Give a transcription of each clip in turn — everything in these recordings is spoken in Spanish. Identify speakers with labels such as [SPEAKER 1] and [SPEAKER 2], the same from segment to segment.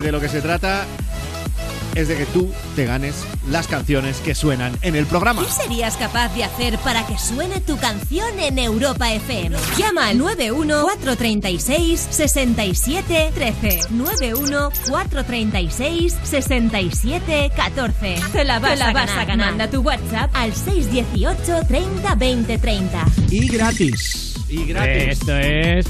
[SPEAKER 1] De lo que se trata es de que tú te ganes las canciones que suenan en el programa.
[SPEAKER 2] ¿Qué serías capaz de hacer para que suene tu canción en Europa FM? Llama al 91-436-6713. 91-436-6714. Te la vas, a, ganar. Manda tu WhatsApp al 618 30 20 30.
[SPEAKER 3] Y gratis.
[SPEAKER 1] Y
[SPEAKER 4] Eh,
[SPEAKER 1] gratis.
[SPEAKER 4] Esto es.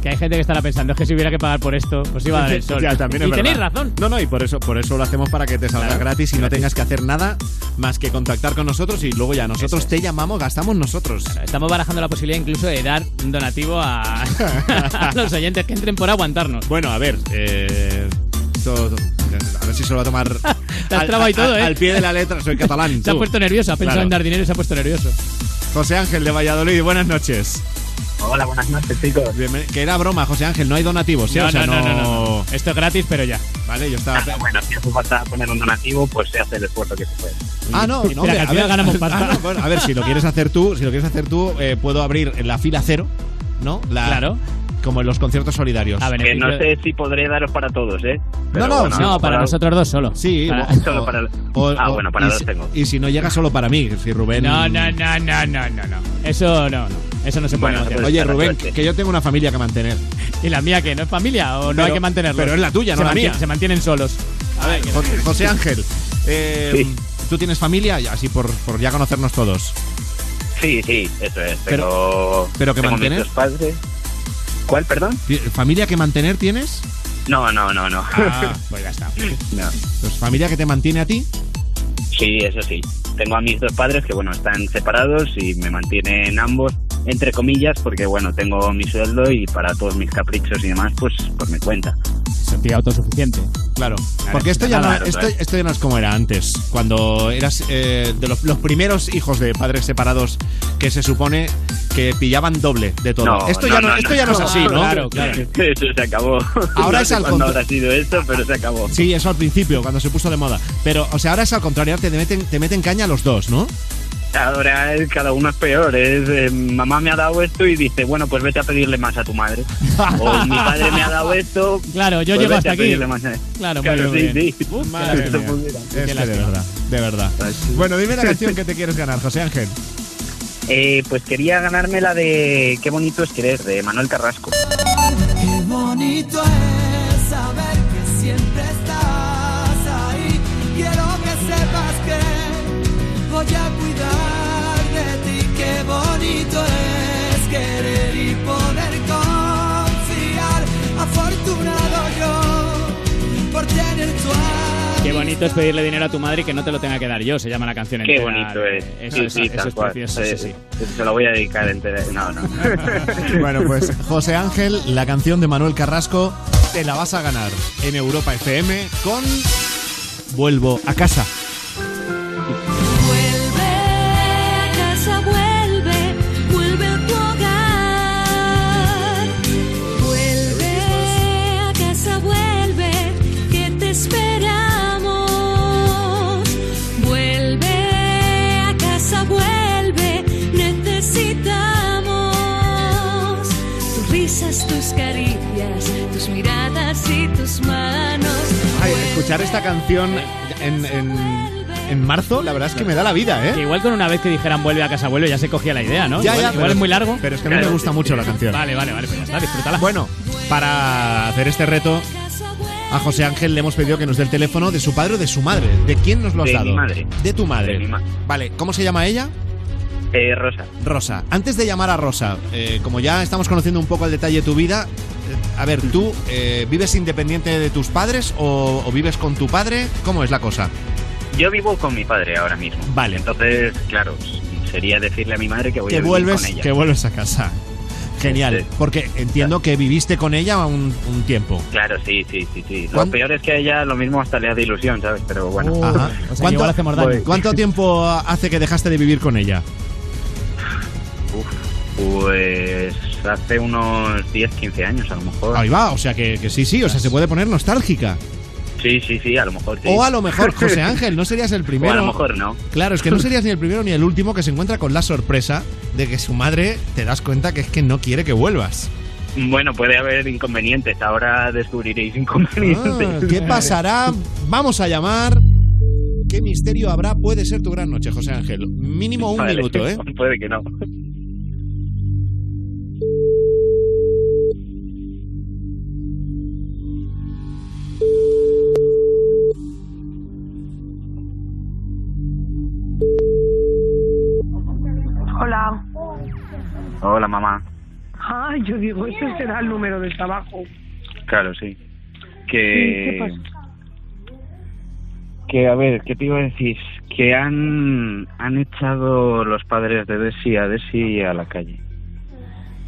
[SPEAKER 4] Que hay gente que estará pensando, es que si hubiera que pagar por esto, pues iba a dar el sol.
[SPEAKER 1] Ya, también es
[SPEAKER 4] y tenéis
[SPEAKER 1] verdad.
[SPEAKER 4] razón.
[SPEAKER 1] No, no, y por eso, por eso lo hacemos para que te salga
[SPEAKER 4] Claro,
[SPEAKER 1] gratis y no
[SPEAKER 4] gratis.
[SPEAKER 1] tengas que hacer nada más que contactar con nosotros y luego ya nosotros te llamamos, gastamos nosotros.
[SPEAKER 4] Estamos barajando la posibilidad incluso de dar un donativo a, a los oyentes que entren por aguantarnos.
[SPEAKER 1] Bueno, a ver, eh, esto- a ver si se lo va a tomar
[SPEAKER 4] Te has trabado y todo, ¿eh?
[SPEAKER 1] al pie de la letra, soy catalán.
[SPEAKER 4] Se ha
[SPEAKER 1] tú.
[SPEAKER 4] puesto nervioso, ha pensado
[SPEAKER 1] Claro.
[SPEAKER 4] en dar dinero y se ha puesto nervioso.
[SPEAKER 1] José Ángel de Valladolid, buenas noches.
[SPEAKER 5] Hola, buenas noches, chicos.
[SPEAKER 1] Bienven- Que era broma, José Ángel, no hay donativos, ¿sí?
[SPEAKER 4] no,
[SPEAKER 1] O sea,
[SPEAKER 4] no, no, no, no, no. Esto es gratis, pero ya.
[SPEAKER 1] Vale, yo estaba...
[SPEAKER 5] Nada, bueno, si hace falta poner un donativo, pues se hace el esfuerzo que se puede.
[SPEAKER 1] Ah, no, no,
[SPEAKER 4] Mira, que al final ganamos pasta.
[SPEAKER 1] Ah, no, bueno, a ver, si lo quieres hacer tú, si lo quieres hacer tú, eh, puedo abrir la fila cero, ¿no? La-
[SPEAKER 4] Claro.
[SPEAKER 1] Como en los conciertos solidarios.
[SPEAKER 4] A
[SPEAKER 5] Que
[SPEAKER 4] beneficio.
[SPEAKER 5] no sé si podré daros para todos, ¿eh?
[SPEAKER 1] No,
[SPEAKER 5] Pero
[SPEAKER 1] no,
[SPEAKER 5] bueno,
[SPEAKER 4] No, para nosotros dos solo.
[SPEAKER 1] Sí,
[SPEAKER 4] Para-
[SPEAKER 1] o-
[SPEAKER 5] Solo para el- Ah, bueno, para
[SPEAKER 1] y
[SPEAKER 5] dos
[SPEAKER 1] si-
[SPEAKER 5] tengo.
[SPEAKER 1] Y si no llega solo para mí, si Rubén.
[SPEAKER 4] No, no, no, no, no, no, no. Eso no, no. Eso no se puede
[SPEAKER 5] Bueno,
[SPEAKER 4] negociar.
[SPEAKER 5] pues-
[SPEAKER 1] Oye,
[SPEAKER 5] Para
[SPEAKER 1] Rubén,
[SPEAKER 5] suerte.
[SPEAKER 1] que yo tengo una familia que mantener.
[SPEAKER 4] ¿Y la mía que ¿No es familia o no
[SPEAKER 1] Pero-
[SPEAKER 4] hay que mantenerlos?
[SPEAKER 1] pero es la tuya, no
[SPEAKER 4] Se
[SPEAKER 1] la
[SPEAKER 4] mantien-
[SPEAKER 1] mía.
[SPEAKER 4] Se mantienen solos.
[SPEAKER 1] A ver, Jo- José, Ángel, eh,
[SPEAKER 5] Sí.
[SPEAKER 1] tú tienes familia, Y así por, por ya conocernos todos.
[SPEAKER 5] Sí, sí, eso es.
[SPEAKER 1] Pero-
[SPEAKER 5] Pero,
[SPEAKER 1] pero que
[SPEAKER 5] tengo
[SPEAKER 1] mantener.
[SPEAKER 5] mis dos padres. ¿Cuál, perdón?
[SPEAKER 1] Ti- ¿Familia que mantener tienes?
[SPEAKER 5] No, no, no, no.
[SPEAKER 1] Ah, pues ya está.
[SPEAKER 5] No.
[SPEAKER 1] Pues familia que te mantiene a ti.
[SPEAKER 5] Sí, eso sí. Tengo a mis dos padres que, bueno, están separados y me mantienen ambos, entre comillas, porque, bueno, tengo mi sueldo y para todos mis caprichos y demás, pues por mi cuenta.
[SPEAKER 4] Sentía autosuficiente.
[SPEAKER 1] Claro, porque esto ya,
[SPEAKER 5] nada,
[SPEAKER 1] no,
[SPEAKER 5] nada,
[SPEAKER 1] esto,
[SPEAKER 5] nada.
[SPEAKER 1] esto ya no es como era antes, cuando eras eh, de los, los primeros hijos de padres separados que se supone que pillaban doble de todo.
[SPEAKER 5] No,
[SPEAKER 1] esto
[SPEAKER 5] no,
[SPEAKER 1] ya no,
[SPEAKER 5] no,
[SPEAKER 1] esto
[SPEAKER 5] no,
[SPEAKER 1] ya no, es
[SPEAKER 4] no.
[SPEAKER 1] así, ¿no?
[SPEAKER 4] Claro, claro.
[SPEAKER 5] Eso se acabó.
[SPEAKER 1] Ahora
[SPEAKER 5] no
[SPEAKER 1] es
[SPEAKER 5] sé
[SPEAKER 1] al
[SPEAKER 5] cuándo
[SPEAKER 1] contra-
[SPEAKER 5] habrá sido esto, pero se acabó.
[SPEAKER 1] Sí, eso al principio, cuando se puso de moda. Pero, o sea, ahora es al contrario, ahora te meten, te meten caña los dos, ¿no?
[SPEAKER 5] Ahora es- cada uno es peor. Es, eh, mamá me ha dado esto y dice, bueno, pues vete a pedirle más a tu madre. o mi padre me ha dado esto.
[SPEAKER 4] Claro, yo
[SPEAKER 5] pues
[SPEAKER 4] llego
[SPEAKER 5] vete
[SPEAKER 4] hasta
[SPEAKER 5] a
[SPEAKER 4] aquí.
[SPEAKER 5] pedirle más a-
[SPEAKER 4] Claro, muy
[SPEAKER 5] Claro,
[SPEAKER 4] bien.
[SPEAKER 5] sí, sí.
[SPEAKER 4] Uf, qué
[SPEAKER 1] Madre
[SPEAKER 4] lástima.
[SPEAKER 1] mía. Es que de
[SPEAKER 4] lástima.
[SPEAKER 1] verdad, de verdad. Bueno, dime la canción que te quieres ganar, José Ángel.
[SPEAKER 5] Eh, pues quería ganarme la de Qué bonito es querer, de Manuel Carrasco.
[SPEAKER 6] Qué bonito es saber que siempre estás ahí. Quiero que sepas que voy a cuidar de ti. Qué bonito es querer y poder confiar. Afortunado yo por tener tu amistad.
[SPEAKER 4] Qué bonito es pedirle dinero a tu madre y que no te lo tenga que dar yo, se llama la canción
[SPEAKER 5] Qué
[SPEAKER 4] entera.
[SPEAKER 5] bonito es.
[SPEAKER 4] Eso,
[SPEAKER 5] sí,
[SPEAKER 4] es-
[SPEAKER 5] sí,
[SPEAKER 4] eso
[SPEAKER 5] tal
[SPEAKER 4] es
[SPEAKER 5] cual.
[SPEAKER 4] precioso, sí, sí.
[SPEAKER 5] Eh, Se lo voy a dedicar entera. No, no.
[SPEAKER 1] Bueno, pues José Ángel, la canción de Manuel Carrasco, te la vas a ganar en Europa FM con Vuelvo a casa.
[SPEAKER 2] Vuelve a casa, vuelve, vuelve a tu hogar. Vuelve a casa, vuelve, que te esperamos. Vuelve a casa, vuelve, necesitamos tus risas, tus caricias, tus miradas y tus manos.
[SPEAKER 1] Ay, escuchar esta canción en, en, en marzo, la verdad es que me da la vida,
[SPEAKER 4] Que
[SPEAKER 1] ¿eh?
[SPEAKER 4] igual con una vez que dijeran vuelve a casa, vuelve, ya se cogía la idea, ¿no? igual igual
[SPEAKER 1] pero-
[SPEAKER 4] es muy largo.
[SPEAKER 1] Pero es que a mí me
[SPEAKER 5] Claro,
[SPEAKER 1] gusta
[SPEAKER 5] sí,
[SPEAKER 1] mucho la canción.
[SPEAKER 4] Vale, vale, vale, pues ya está, disfrútala.
[SPEAKER 1] Bueno, para hacer este reto, a José Ángel le hemos pedido que nos dé el teléfono de su padre o de su madre. ¿De quién nos lo has
[SPEAKER 5] De mi
[SPEAKER 1] dado?
[SPEAKER 5] madre.
[SPEAKER 1] De tu madre.
[SPEAKER 5] De mi ma-
[SPEAKER 1] vale, ¿cómo se llama ella?
[SPEAKER 5] Eh, Rosa,
[SPEAKER 1] Rosa, antes de llamar a Rosa, eh, como ya estamos conociendo un poco al detalle de tu vida, eh, a ver, ¿tú eh, vives independiente de tus padres o, o vives con tu padre? ¿Cómo es la cosa?
[SPEAKER 5] yo vivo con mi padre ahora mismo.
[SPEAKER 1] Vale.
[SPEAKER 5] Entonces, claro, sería decirle a mi madre que voy
[SPEAKER 1] Que
[SPEAKER 5] a vivir
[SPEAKER 1] vuelves,
[SPEAKER 5] con ella.
[SPEAKER 1] que vuelves a casa. Genial,
[SPEAKER 5] Sí.
[SPEAKER 1] porque entiendo que viviste con ella un, un tiempo.
[SPEAKER 5] Claro, sí, sí, sí, sí. Lo
[SPEAKER 1] ¿Cuán-
[SPEAKER 5] peor es que a ella lo mismo hasta le hace ilusión, ¿sabes? Pero bueno,
[SPEAKER 4] Uh,
[SPEAKER 1] Ajá.
[SPEAKER 4] o sea, que
[SPEAKER 1] ¿Cuánto-
[SPEAKER 4] igual hacemos daño.
[SPEAKER 5] Voy.
[SPEAKER 1] ¿Cuánto tiempo hace que dejaste de vivir con ella? Oh.
[SPEAKER 5] pues hace unos 10, 15 años a lo mejor.
[SPEAKER 1] Ahí va, o sea que, que sí, sí, o sea, se puede poner nostálgica.
[SPEAKER 5] Sí, sí, sí, a lo mejor sí.
[SPEAKER 1] O a lo mejor, José Ángel, no serías el
[SPEAKER 5] O
[SPEAKER 1] primero.
[SPEAKER 5] a lo mejor no.
[SPEAKER 1] Claro, es que no serías ni el primero ni el último que se encuentra con la sorpresa de que su madre te das cuenta que es que no quiere que vuelvas.
[SPEAKER 5] Bueno, puede haber inconvenientes. Ahora descubriréis inconvenientes.
[SPEAKER 1] Ah, ¿Qué pasará? Vamos a llamar. ¿Qué misterio habrá? Puede ser tu gran noche, José Ángel. Mínimo un
[SPEAKER 5] Vale,
[SPEAKER 1] minuto, ¿eh?
[SPEAKER 5] Puede que no.
[SPEAKER 3] Hola.
[SPEAKER 5] Hola, mamá.
[SPEAKER 3] Ah, yo digo, este será el número del trabajo.
[SPEAKER 5] Claro, sí.
[SPEAKER 3] ¿Qué
[SPEAKER 5] Que.
[SPEAKER 3] pasa?
[SPEAKER 5] Que, a ver, ¿qué te iba a decir? Que han, han echado los padres de Desi a Desi a la calle.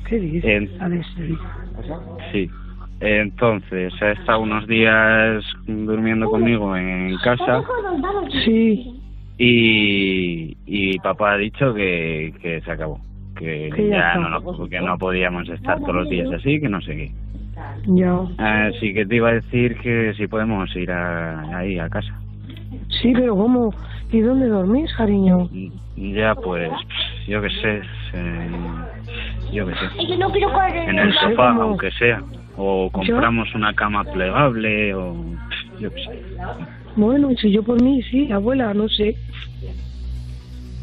[SPEAKER 3] ¿Qué dices?
[SPEAKER 5] En-
[SPEAKER 3] A ver, sí.
[SPEAKER 5] Sí. Entonces, ha estado unos días durmiendo conmigo en casa
[SPEAKER 3] Sí,
[SPEAKER 5] y, y papá ha dicho que, que se acabó. Que
[SPEAKER 3] Que ya
[SPEAKER 5] ya
[SPEAKER 3] está.
[SPEAKER 5] no, lo- que no podíamos estar todos los días así, que no sé qué.
[SPEAKER 3] ya.
[SPEAKER 5] Así que te iba a decir que si podemos ir a- ahí a casa.
[SPEAKER 3] Sí, pero ¿cómo? ¿Y dónde dormís, cariño?
[SPEAKER 5] Ya pues, yo qué sé, eh, yo qué sé.
[SPEAKER 7] Es que no quiero correr.
[SPEAKER 5] En el
[SPEAKER 3] sé
[SPEAKER 5] sofá,
[SPEAKER 3] cómo-
[SPEAKER 5] aunque sea. O compramos una cama plegable o yo qué sé.
[SPEAKER 3] Bueno, si yo por mí, sí, abuela, no sé.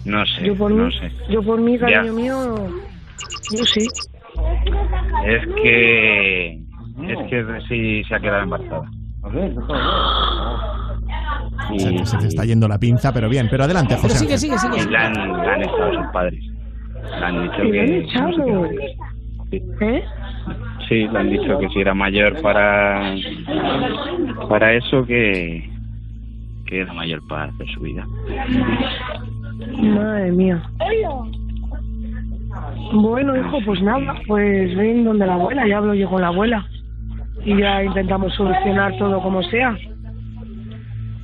[SPEAKER 5] No sé,
[SPEAKER 3] yo por
[SPEAKER 5] no
[SPEAKER 3] mí,
[SPEAKER 5] sé.
[SPEAKER 3] yo por mí, cariño
[SPEAKER 5] Ya.
[SPEAKER 3] mío, yo sí.
[SPEAKER 5] Es que es que sí se ha quedado embarazada. Y,
[SPEAKER 1] Se, se te está yendo la pinza, pero bien. Pero adelante, José
[SPEAKER 4] sigue,
[SPEAKER 1] Ángel.
[SPEAKER 4] sigue,
[SPEAKER 5] y
[SPEAKER 4] sigue.
[SPEAKER 5] la han, la han echado sus padres. Le han dicho
[SPEAKER 3] ¿Y la han
[SPEAKER 5] que
[SPEAKER 3] echado?
[SPEAKER 5] no sé qué. Sí.
[SPEAKER 3] ¿Eh?
[SPEAKER 5] Sí, le han dicho que si era mayor para para eso que que era mayor para hacer su vida.
[SPEAKER 3] Madre mía. Bueno, hijo, pues nada, pues ven donde la abuela, ya hablo yo con la abuela. Y ya intentamos solucionar todo como sea.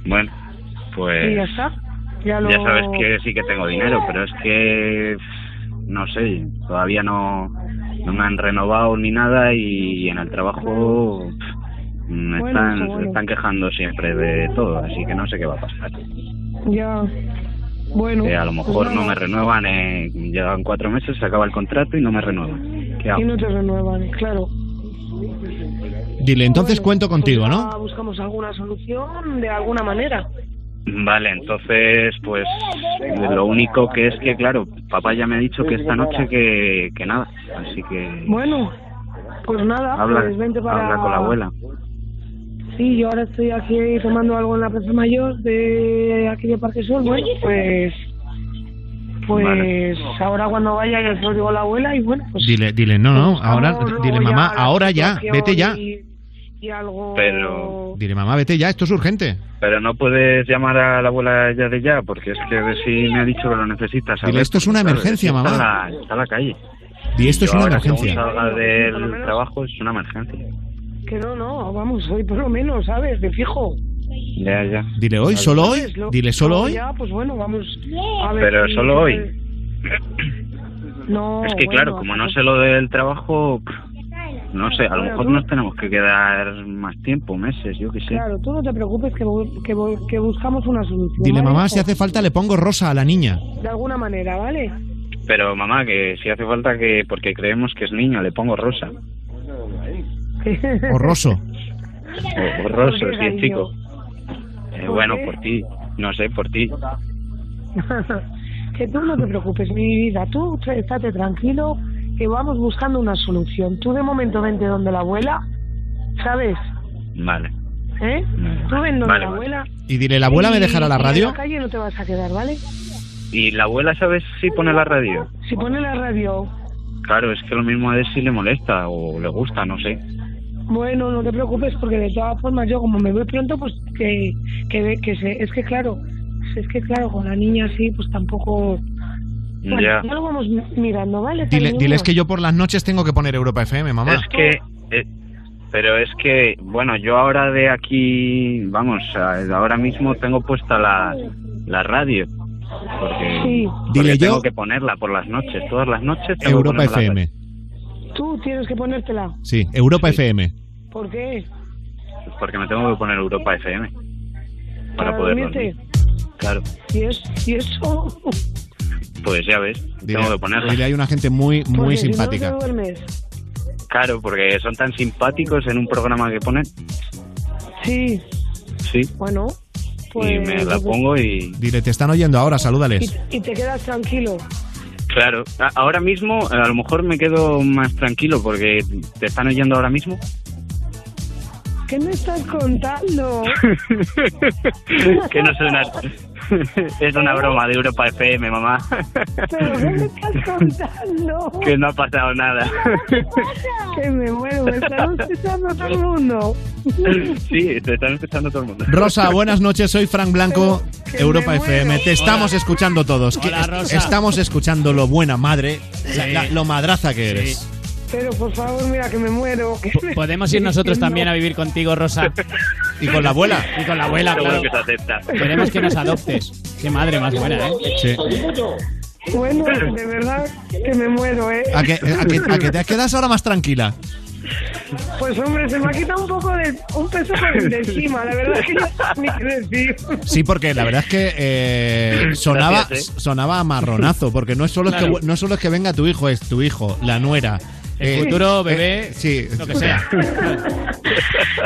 [SPEAKER 5] Bueno,
[SPEAKER 3] Y ya
[SPEAKER 5] pues
[SPEAKER 3] está. Ya lo...
[SPEAKER 5] ya sabes que sí que tengo dinero, pero es que no sé, todavía no no me han renovado ni nada y en el trabajo pf, me
[SPEAKER 3] Bueno,
[SPEAKER 5] están
[SPEAKER 3] eso, bueno.
[SPEAKER 5] se están quejando siempre de todo, así que no sé qué va a pasar.
[SPEAKER 3] Ya. Bueno.
[SPEAKER 5] Que Eh, a lo
[SPEAKER 3] pues
[SPEAKER 5] mejor no
[SPEAKER 3] nada.
[SPEAKER 5] me renuevan, eh, llevan cuatro meses, se acaba el contrato y no me renuevan. ¿Qué hago?
[SPEAKER 3] Y no te renuevan, claro.
[SPEAKER 1] Dile, entonces
[SPEAKER 3] Bueno,
[SPEAKER 1] cuento
[SPEAKER 3] pues
[SPEAKER 1] contigo,
[SPEAKER 3] ya
[SPEAKER 1] ¿no?
[SPEAKER 3] Buscamos alguna solución de alguna manera.
[SPEAKER 5] Vale, entonces, pues lo único que es que, claro, papá ya me ha dicho que esta noche que, que nada, así que
[SPEAKER 3] Bueno, pues nada,
[SPEAKER 5] habla,
[SPEAKER 3] pues vente para...
[SPEAKER 5] habla con la abuela.
[SPEAKER 3] Sí, yo ahora estoy aquí tomando algo en la Plaza Mayor de aquí de Parque Sol. Bueno, pues... Pues
[SPEAKER 5] Vale.
[SPEAKER 3] ahora cuando vaya yo se lo digo a la abuela y bueno, pues...
[SPEAKER 1] Dile, dile, no, no,
[SPEAKER 3] buscamos
[SPEAKER 1] ahora,
[SPEAKER 3] luego
[SPEAKER 1] dile
[SPEAKER 3] ya
[SPEAKER 1] mamá,
[SPEAKER 3] la
[SPEAKER 1] ahora ya,
[SPEAKER 3] situación
[SPEAKER 1] vete ya.
[SPEAKER 3] Y, y algo...
[SPEAKER 5] Pero-
[SPEAKER 1] Dile, mamá, vete ya, esto es urgente.
[SPEAKER 5] Pero no puedes llamar a la abuela ya de ya, porque es que si me ha dicho que lo necesitas.
[SPEAKER 1] Dile, esto es una emergencia,
[SPEAKER 5] Está
[SPEAKER 1] mamá.
[SPEAKER 5] la- Está en la calle.
[SPEAKER 1] Y esto es
[SPEAKER 5] Yo
[SPEAKER 1] una
[SPEAKER 5] ahora, según
[SPEAKER 1] emergencia.
[SPEAKER 5] salga del trabajo, es una emergencia.
[SPEAKER 3] Que no, no, vamos, hoy por lo menos, ¿sabes? De fijo.
[SPEAKER 5] Ya, ya.
[SPEAKER 1] Dile hoy, solo hoy.
[SPEAKER 3] ¿Sabes? Lo-
[SPEAKER 1] Dile, solo
[SPEAKER 3] luego
[SPEAKER 1] hoy.
[SPEAKER 3] Ya, pues bueno, vamos a ver
[SPEAKER 5] Pero
[SPEAKER 3] si-
[SPEAKER 5] solo hoy.
[SPEAKER 3] No,
[SPEAKER 5] Es que,
[SPEAKER 3] Oh, bueno, pues,
[SPEAKER 5] claro, como no sé lo del trabajo, pff, no sé, a lo
[SPEAKER 3] Bueno,
[SPEAKER 5] mejor
[SPEAKER 3] tú-
[SPEAKER 5] nos tenemos que quedar más tiempo, meses, yo qué sé.
[SPEAKER 3] Claro, tú no te preocupes que, bu- que, bu- que buscamos una solución.
[SPEAKER 1] Dile,
[SPEAKER 3] ¿vale,
[SPEAKER 1] mamá,
[SPEAKER 3] hijo?
[SPEAKER 1] si hace falta le pongo rosa a la niña.
[SPEAKER 3] De alguna manera, ¿vale?
[SPEAKER 5] Pero mamá, que si hace falta que, porque creemos que es niño, le pongo rosa.
[SPEAKER 1] O roso.
[SPEAKER 5] O, o roso,
[SPEAKER 3] ¿Por
[SPEAKER 5] si
[SPEAKER 3] qué,
[SPEAKER 5] es
[SPEAKER 3] cariño?
[SPEAKER 5] chico. Eh,
[SPEAKER 3] ¿Por
[SPEAKER 5] bueno,
[SPEAKER 3] qué?
[SPEAKER 5] por ti, no sé, por ti.
[SPEAKER 3] que tú no te preocupes, mi vida. Tú tra- estate tranquilo, que vamos buscando una solución. Tú de momento vente donde la abuela, ¿sabes?
[SPEAKER 5] Vale.
[SPEAKER 3] ¿Eh?
[SPEAKER 5] Mm,
[SPEAKER 3] Tú
[SPEAKER 5] vale,
[SPEAKER 3] ven donde la
[SPEAKER 5] vale.
[SPEAKER 3] abuela.
[SPEAKER 1] Y dile, la abuela me
[SPEAKER 3] y-
[SPEAKER 1] dejará la
[SPEAKER 3] y en
[SPEAKER 1] radio.
[SPEAKER 3] la calle no te vas a quedar, ¿vale?
[SPEAKER 5] ¿Y la abuela sabes si pone la radio?
[SPEAKER 3] Si pone la radio,
[SPEAKER 5] Claro, es que lo mismo a él si le molesta o le gusta, no sé.
[SPEAKER 3] Bueno, no te preocupes porque de todas formas yo como me voy pronto pues que que ve que se es que claro es que claro con la niña así pues tampoco bueno,
[SPEAKER 5] ya.
[SPEAKER 3] Pues no lo vamos mi- mirando vale
[SPEAKER 1] Dile,
[SPEAKER 3] cariño
[SPEAKER 1] diles
[SPEAKER 3] mío?
[SPEAKER 1] que yo por las noches tengo que poner Europa FM, mamá.
[SPEAKER 5] Es que... eh, pero es que, bueno, yo ahora de aquí, vamos, a- ahora mismo tengo puesta la, la radio. Porque,
[SPEAKER 3] Sí.
[SPEAKER 5] porque
[SPEAKER 1] Dile yo-
[SPEAKER 5] tengo que ponerla por las noches, todas las noches. tengo que
[SPEAKER 1] Europa
[SPEAKER 5] poner la radio.
[SPEAKER 1] FM.
[SPEAKER 3] tú tienes que ponértela
[SPEAKER 1] Sí, Europa
[SPEAKER 5] Sí.
[SPEAKER 1] FM.
[SPEAKER 3] ¿por qué?
[SPEAKER 5] Pues Porque me tengo que poner Europa FM. Para poder
[SPEAKER 3] dormirte.
[SPEAKER 5] dormir. Claro.
[SPEAKER 3] y, es, y eso
[SPEAKER 5] Pues ya ves,
[SPEAKER 1] Dile,
[SPEAKER 5] tengo que ponerla.
[SPEAKER 1] dile, hay una gente muy, muy
[SPEAKER 3] porque Pues si no
[SPEAKER 1] simpática.
[SPEAKER 3] te duermes
[SPEAKER 5] Claro, porque son tan simpáticos en un programa que ponen.
[SPEAKER 3] Sí,
[SPEAKER 5] Sí.
[SPEAKER 3] bueno, pues...
[SPEAKER 5] y me la pongo y.
[SPEAKER 1] Dile, te están oyendo ahora, salúdales.
[SPEAKER 3] Y, y te quedas tranquilo.
[SPEAKER 5] Claro. A- Ahora mismo, eh, a lo mejor me quedo más tranquilo porque te están oyendo ahora mismo.
[SPEAKER 3] ¿Qué me estás contando?
[SPEAKER 5] que no suena. es una broma de Europa FM, mamá.
[SPEAKER 3] ¿Pero qué me estás contando?
[SPEAKER 5] que no ha pasado nada.
[SPEAKER 3] Que me muero, me están escuchando todo el mundo.
[SPEAKER 5] sí, te están escuchando todo el mundo.
[SPEAKER 1] Rosa, buenas noches, soy Frank Blanco,
[SPEAKER 3] Que
[SPEAKER 1] Europa
[SPEAKER 3] me muero.
[SPEAKER 1] FM. Te estamos escuchando todos. Que
[SPEAKER 4] Hola,
[SPEAKER 1] est-
[SPEAKER 4] Rosa.
[SPEAKER 1] Estamos escuchando lo buena madre, la-
[SPEAKER 4] Sí.
[SPEAKER 1] la- lo madraza que eres.
[SPEAKER 4] Sí.
[SPEAKER 3] Pero por favor, mira que me muero. que me-
[SPEAKER 4] Podemos ir nosotros
[SPEAKER 3] No.
[SPEAKER 4] también a vivir contigo, Rosa.
[SPEAKER 1] Y con la abuela.
[SPEAKER 4] Y con la abuela,
[SPEAKER 5] Seguro
[SPEAKER 4] claro.
[SPEAKER 5] que se acepta.
[SPEAKER 4] Queremos que nos adoptes. Qué madre más buena, ¿eh?
[SPEAKER 1] Sí.
[SPEAKER 3] Bueno, de verdad que me muero, ¿eh?
[SPEAKER 5] Ah.
[SPEAKER 1] ¿A que, a que- a que te quedas ahora más tranquila?
[SPEAKER 3] Pues hombre, se me ha quitado un poco de, un peso por de encima, la verdad que no sé ni qué decir.
[SPEAKER 1] Sí, porque la verdad es que eh, sonaba,
[SPEAKER 5] Gracias,
[SPEAKER 1] sonaba a marronazo, porque no es solo es
[SPEAKER 4] Claro.
[SPEAKER 1] que no solo es que venga tu hijo, es tu hijo, la nuera. Eh,
[SPEAKER 4] El futuro bebé,
[SPEAKER 1] sí.
[SPEAKER 4] Lo que sea.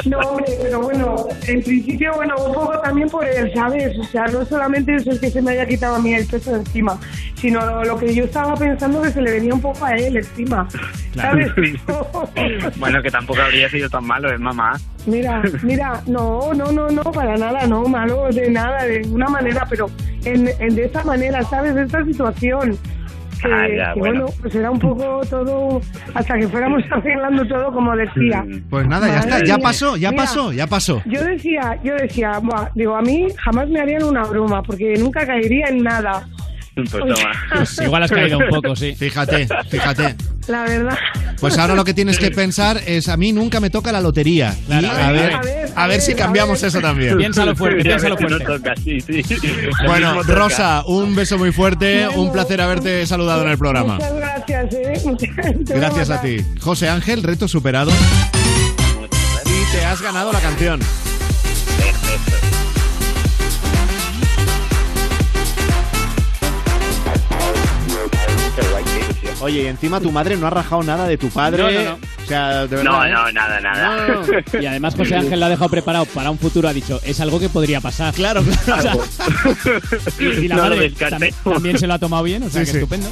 [SPEAKER 3] No, hombre, pero bueno, en principio, bueno, un poco también por él, ¿sabes? O sea, no solamente eso es que se me haya quitado a mí el peso de encima, sino lo, lo que yo estaba pensando que se le venía un poco a él encima,
[SPEAKER 4] Claro.
[SPEAKER 3] ¿sabes?
[SPEAKER 5] Bueno, que tampoco habría sido tan malo, es mamá.
[SPEAKER 3] Mira, mira, no, no, no, no, para nada, no, malo, de nada, de ninguna manera, pero en, en de esta manera, ¿sabes? De esta situación. Que,
[SPEAKER 5] Ah, ya,
[SPEAKER 3] que,
[SPEAKER 5] bueno.
[SPEAKER 3] pues era un poco todo, hasta que fuéramos arreglando todo, como decía.
[SPEAKER 5] Mm.
[SPEAKER 1] Pues nada, ya
[SPEAKER 3] Madre
[SPEAKER 1] está, ya
[SPEAKER 3] mía.
[SPEAKER 1] pasó, ya
[SPEAKER 3] Mira,
[SPEAKER 1] pasó, ya pasó.
[SPEAKER 3] Yo decía, yo decía, "Buah", digo, a mí jamás me harían una broma, porque nunca caería en nada.
[SPEAKER 5] Pues
[SPEAKER 3] O
[SPEAKER 5] toma.
[SPEAKER 3] sea,
[SPEAKER 4] Pues igual has caído un poco, sí.
[SPEAKER 1] Fíjate, fíjate.
[SPEAKER 3] la verdad.
[SPEAKER 1] Pues ahora lo que tienes que pensar es a mí nunca me toca la lotería. Y
[SPEAKER 4] Claro,
[SPEAKER 1] a,
[SPEAKER 4] a
[SPEAKER 1] ver,
[SPEAKER 4] ver,
[SPEAKER 1] a
[SPEAKER 4] a
[SPEAKER 1] ver,
[SPEAKER 3] ver,
[SPEAKER 1] si
[SPEAKER 3] a
[SPEAKER 1] cambiamos
[SPEAKER 3] ver.
[SPEAKER 1] eso también.
[SPEAKER 4] Piénsalo fuerte,
[SPEAKER 5] Sí, a
[SPEAKER 4] piénsalo
[SPEAKER 5] veces
[SPEAKER 4] fuerte.
[SPEAKER 5] no toca, sí, sí. Lo
[SPEAKER 1] Bueno,
[SPEAKER 5] mismo toca.
[SPEAKER 1] Rosa, un beso muy fuerte, un placer haberte saludado en el programa.
[SPEAKER 3] Muchas gracias, ¿eh? Muchas- te voy
[SPEAKER 1] Gracias a
[SPEAKER 3] matar.
[SPEAKER 1] ti. José Ángel, reto superado. Y te has ganado la canción. Oye, y encima tu madre no ha rajado nada de tu padre.
[SPEAKER 4] No, no, no.
[SPEAKER 1] O sea, de verdad.
[SPEAKER 5] No,
[SPEAKER 1] ¿eh?
[SPEAKER 5] no, nada, nada.
[SPEAKER 1] No, no, no.
[SPEAKER 4] Y además José Ángel lo ha dejado preparado para un futuro, ha dicho, es algo que podría pasar.
[SPEAKER 1] Claro, claro.
[SPEAKER 4] Y, y la
[SPEAKER 5] No lo
[SPEAKER 4] madre tam-
[SPEAKER 5] descarté.
[SPEAKER 4] también, se lo ha tomado bien, o sea
[SPEAKER 1] Sí,
[SPEAKER 4] que
[SPEAKER 1] sí.
[SPEAKER 4] estupendo.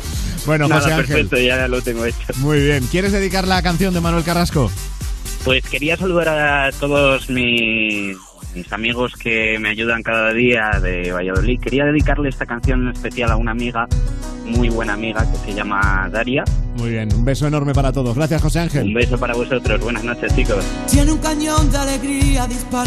[SPEAKER 1] Bueno, José
[SPEAKER 5] Nada,
[SPEAKER 1] Ángel.
[SPEAKER 5] perfecto, ya lo tengo hecho.
[SPEAKER 1] Muy bien. ¿Quieres dedicar la canción de Manuel Carrasco?
[SPEAKER 5] Pues quería saludar a todos mis, mis amigos que me ayudan cada día de Valladolid. Quería dedicarle esta canción en especial a una amiga, muy buena amiga, que se llama Daria.
[SPEAKER 1] Muy bien. Un beso enorme para todos. Gracias, José Ángel.
[SPEAKER 5] Un beso para vosotros. Buenas noches, chicos.
[SPEAKER 6] Tiene un cañón de alegría disparado.